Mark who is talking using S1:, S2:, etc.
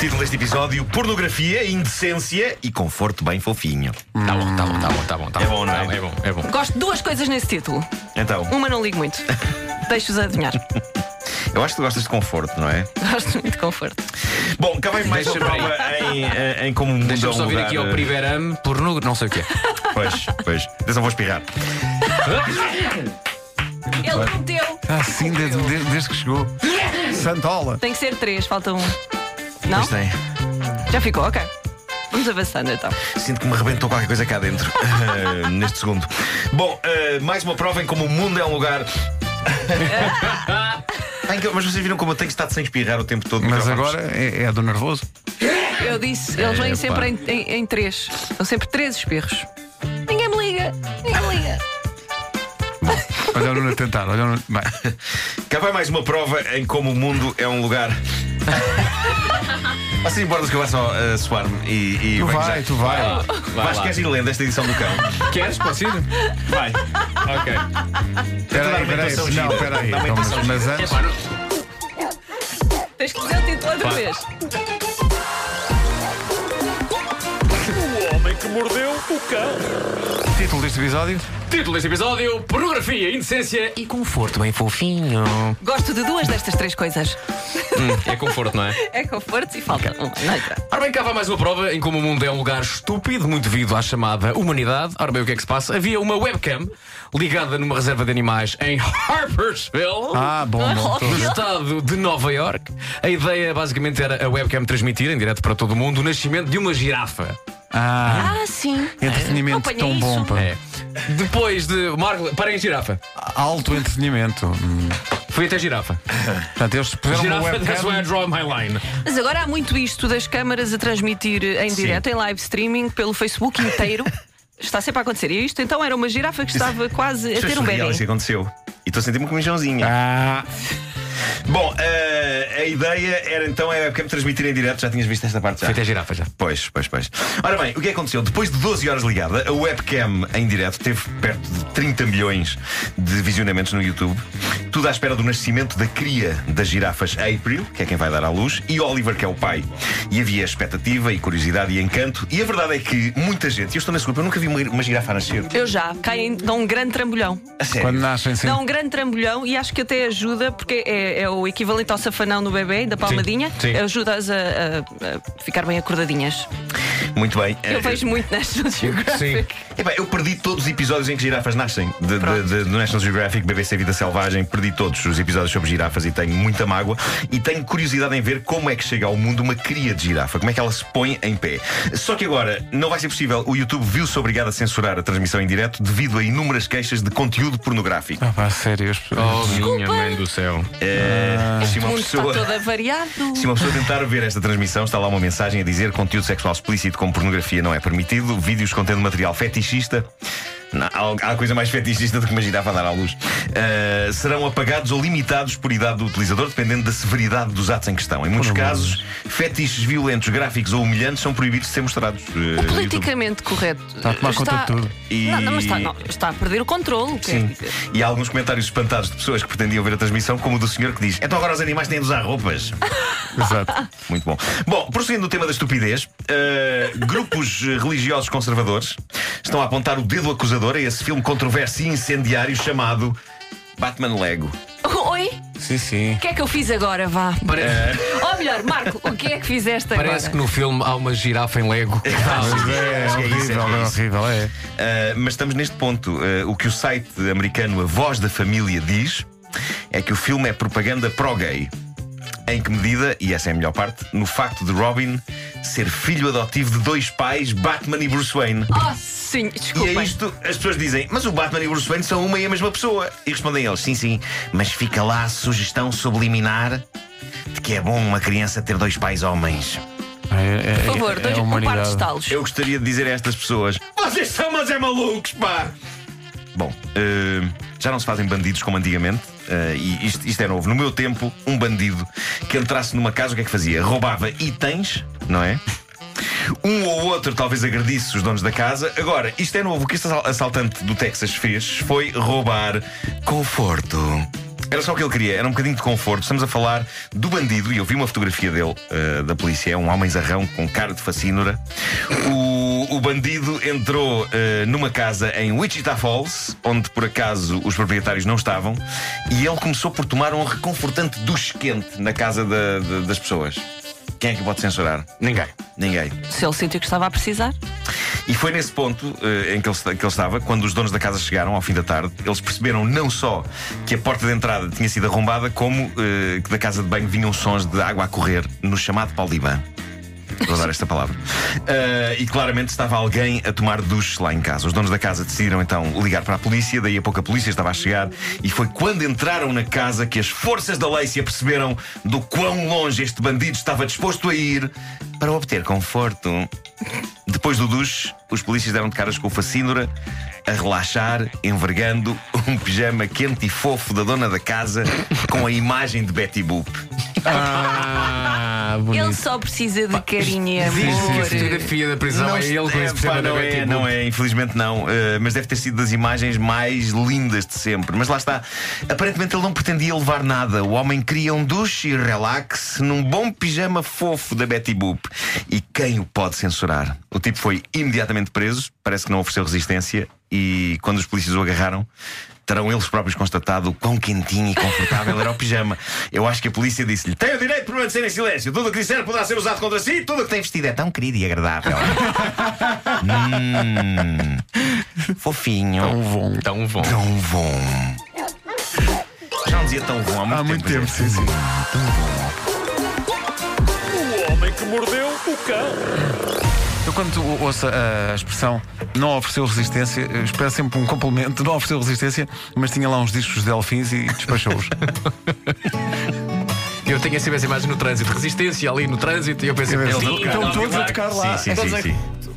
S1: Título deste episódio: Pornografia, Indecência e Conforto Bem Fofinho.
S2: Tá bom, tá bom, tá bom, tá bom. Tá
S1: É bom, não é?
S2: Tá É bom, é bom.
S3: Gosto de duas coisas nesse título.
S1: Então,
S3: Uma não ligo muito. Deixo-vos adivinhar.
S1: eu acho que tu gostas de conforto, não é?
S3: Gosto muito de conforto.
S1: Bom, cá vem mais
S2: Deixa-me
S1: prova em, em, em como o mundo
S2: Deixa-me só vir
S1: mudar,
S2: aqui ao
S1: eh,
S2: Priverame porno, não sei o quê.
S1: Pois, pois. Atenção, vou espirrar.
S3: Ele prometeu.
S4: Ah, sim, desde, desde- desde que chegou. Santola.
S3: Tem que ser três, falta um. Não?
S1: Pois tem.
S3: Já ficou? Ok. Vamos avançando então.
S1: Sinto que me arrebentou qualquer coisa cá dentro. eh, neste segundo. Bom, eh, mais uma prova em como o mundo é um lugar. Ai, que- Mas vocês viram como eu tenho estado sem espirrar o tempo todo?
S4: Mas
S1: Microfones.
S4: agora é, é do nervoso.
S3: Eu disse, eles
S1: É,
S3: vêm
S2: Epá.
S3: sempre em, em- em três. São sempre três espirros. Ninguém me liga. Ninguém me liga.
S4: Olha o Nuno a tentar. Olha o Nuno. Bem,
S1: Cá vai mais uma prova em como o mundo é um lugar. Assim, embora que eu vá só eh, suar-me e. e venho
S4: tu vai,
S1: já.
S4: tu vai.
S2: Vai
S1: Vasco
S2: lá.
S1: queres ir lendo esta edição do cão?
S2: Queres? Posso ir?
S1: Vai.
S2: Ok.
S4: Peraí, peraí.
S1: imitação
S4: Não,
S1: gira.
S4: peraí.
S1: Dá uma
S4: Então,
S1: imitação
S4: Mas antes.
S3: Tens que dizer o título outra vez.
S5: O homem que mordeu o cão.
S4: Título deste episódio?
S2: Título deste episódio: Pornografia, Indecência e Conforto Bem Fofinho.
S3: Gosto de duas destas três coisas.
S2: É conforto, não é?
S3: É conforto e falta uma. Não, então.
S2: Ora bem, cá vai mais uma prova em como o mundo é um lugar estúpido, muito devido à chamada humanidade. Ora bem, o que é que se passa? Havia uma webcam ligada numa reserva de animais em Harpersville.
S4: Ah, bom, bom.
S2: No estado de Nova York, a ideia basicamente era a webcam transmitir em direto para todo o mundo o nascimento de uma girafa.
S4: Ah,
S3: Ah, sim.
S4: entretenimento
S3: Acompanha
S4: tão bom.
S3: isso.
S4: Pá.
S2: É. Depois de. Marco, parem a girafa.
S4: Alto entretenimento. Hum.
S2: Foi até girafa.
S4: Portanto, eles puseram uma
S2: Girafa, that's where I
S4: webcam.
S2: draw my line.
S3: Mas agora há muito isto das câmaras a transmitir em direto, em live streaming, pelo Facebook inteiro. Está sempre a acontecer E isto. Então era uma girafa que estava quase a
S1: Isto é
S3: ter um
S1: surreal,
S3: bebê.
S1: isso que aconteceu. E estou a sentir-me como um mijãozinho.
S4: Ah,
S1: Bom, eh, a ideia era então a webcam transmitir em direto. Já tinhas visto esta parte já?
S2: Foi até girafa já.
S1: Pois, pois, pois. Ora bem, o que é que aconteceu? Depois de 12 horas ligada, a webcam em direto teve perto de 30 milhões de visionamentos no YouTube. Tudo à espera do nascimento da cria das girafas April, que é quem vai dar à luz, e Oliver, que é o pai. E havia expectativa e curiosidade e encanto. E a verdade é que muita gente, e eu estou nesse grupo, eu nunca vi uma, uma girafa a nascer.
S3: Eu já, caem, dão um grande trambolhão.
S1: A sério.
S4: quando nascem sim.
S3: Dão um grande trambolhão e acho que até ajuda, porque é, é o equivalente ao safanão do bebê, da palmadinha.
S2: sim.
S3: Ajuda-as a, a- a ficar bem acordadinhas.
S1: Muito bem.
S3: Eu
S1: Eh,
S3: vejo muito National
S2: Sim.
S3: Geographic.
S1: Epá, eu perdi todos os episódios em que girafas nascem. De, de, de- do National Geographic, BBC Vida Selvagem, perdi todos os episódios sobre girafas e tenho muita mágoa. E tenho curiosidade em ver como é que chega ao mundo uma cria de girafa, como é que ela se põe em pé. Só que agora não vai ser possível. O YouTube viu-se obrigado a censurar a transmissão em direto devido a inúmeras queixas de conteúdo pornográfico.
S4: Ah, pá, sério. as pessoas-
S2: Oh, minha mãe do céu.
S1: Eh, se
S3: O
S1: uma
S3: mundo está
S1: pessoa.
S3: todo avariado.
S1: Se uma pessoa tentar ver esta transmissão, está lá uma mensagem a dizer conteúdo sexual explícito como pornografia não é permitido, vídeos contendo material fetichista. Não, há há coisa mais fetichista do que uma girafa a dar à luz. Ah, serão apagados ou limitados por idade do utilizador, dependendo da severidade dos atos em questão. Em muitos casos, fetiches violentos, gráficos ou humilhantes são proibidos de ser mostrados. ah, no YouTube.
S3: Politicamente correto.
S4: Está a tomar conta de tudo.
S1: E-
S3: Não, não, mas está, não, está a perder o controle. quer
S1: Sim.
S3: dizer.
S1: E há alguns comentários espantados de pessoas que pretendiam ver a transmissão, como o do senhor que diz: Então agora os animais têm de usar roupas.
S4: Exato.
S1: Muito bom. Bom, prosseguindo no tema da estupidez, eh, grupos eh, religiosos conservadores estão a apontar o dedo acusador a esse filme controverso e incendiário chamado Batman Lego.
S3: Oi?
S4: Sim, sim.
S3: O que é que eu fiz agora, vá?
S2: Parece,
S3: Ou melhor, Marco, o que é que fizeste agora?
S2: parece que no filme há uma girafa em Lego.
S4: Pois é, é
S1: Acho que é isso, acho
S4: horrível,
S1: que é
S4: é
S1: isso.
S4: horrível, é.
S1: Eh, mas estamos neste ponto. Eh, o que o site americano A Voz da Família diz é que o filme é propaganda pró-gay. Em que medida, e essa é a melhor parte, no facto de Robin ser filho adotivo de dois pais, Batman e Bruce Wayne.
S3: Oh, sim,
S1: E a
S2: é
S3: desculpem.
S1: isto as pessoas dizem, mas o Batman e o Bruce Wayne são uma e a mesma pessoa. E respondem eles, sim, sim, mas fica lá a sugestão subliminar de que é bom uma criança ter dois pais homens.
S4: É, é,
S3: Por
S4: é,
S3: favor,
S4: é
S3: dois
S4: a
S3: um par de
S4: humanidade.
S3: estalos.
S1: Eu gostaria de dizer a estas pessoas: vocês são, mas é malucos, pá! Bom, eh, já não se fazem bandidos como antigamente. eh, e isto, isto é novo. No meu tempo, um bandido que entrasse numa casa, o que é que fazia? Roubava itens, não é? Um ou outro talvez agredisse os donos da casa. Agora, isto é novo. O que este assal- assaltante do Texas fez foi roubar conforto. Era só o que ele queria, era um bocadinho de conforto. Estamos a falar do bandido, e eu vi uma fotografia dele, eh, da polícia, é um homem zarrão com cara de facínora. O, o bandido entrou eh, numa casa em Wichita Falls, onde por acaso os proprietários não estavam, e ele começou por tomar um reconfortante duche quente na casa da- da- das pessoas. Quem é que pode censurar?
S2: Ninguém.
S1: Ninguém.
S3: Se ele sentiu que estava a precisar.
S1: E foi nesse ponto eh, em que ele, esta- que ele estava, quando os donos da casa chegaram ao fim da tarde, eles perceberam não só que a porta de entrada tinha sido arrombada, como eh, que da casa de banho vinham sons de água a correr no chamado Pauliban. Vou dar esta palavra. Eh, e claramente estava alguém a tomar duche lá em casa. Os donos da casa decidiram então ligar para a polícia, daí a pouco a polícia estava a chegar, e foi quando entraram na casa que as forças da lei se aperceberam do quão longe este bandido estava disposto a ir para obter conforto. Depois do duche, os polícias deram de caras com o Facínora a relaxar, envergando um pijama quente e fofo da dona da casa com a imagem de Betty Boop.
S2: Ah,
S3: Ele só precisa de carinho e
S2: Diz que a
S3: amor.
S2: fotografia da prisão é ele com esse
S1: é,
S2: pijama
S1: pá,
S2: da
S1: não é,
S2: Betty Boop.
S1: não é, infelizmente não. Eh, mas deve ter sido das imagens mais lindas de sempre. Mas lá está. Aparentemente ele não pretendia levar nada. O homem queria um duche e relax num bom pijama fofo da Betty Boop. E quem o pode censurar? O tipo foi imediatamente preso, parece que não ofereceu resistência. E quando os polícias o agarraram, terão eles próprios constatado o quão quentinho e confortável era o pijama. Eu acho que a polícia disse-lhe: tem o direito de permanecer em silêncio. Tudo o que disser poderá ser usado contra si. Tudo o que tem vestido é tão querido e agradável. hum, fofinho. Tão bom.
S2: Tão bom.
S1: Tão bom. Já não dizia tão bom há muito
S4: Há muito
S1: tempo. é.
S4: tempo, sim, sim.
S5: O homem que mordeu o cão.
S4: Eu quando tu ouço a, a expressão não ofereceu resistência, eu espero sempre um complemento, não ofereceu resistência, mas tinha lá uns discos de delfins e despachou-os.
S2: Eu tenho sempre essa imagem no trânsito, resistência ali no trânsito, e eu pensei,
S4: Eu
S2: "Eles
S4: penso,
S2: nunca
S4: estão
S2: vão
S4: todos a
S1: então
S2: acabar."
S4: tocar lá.
S1: Sim, sim, sim, sim.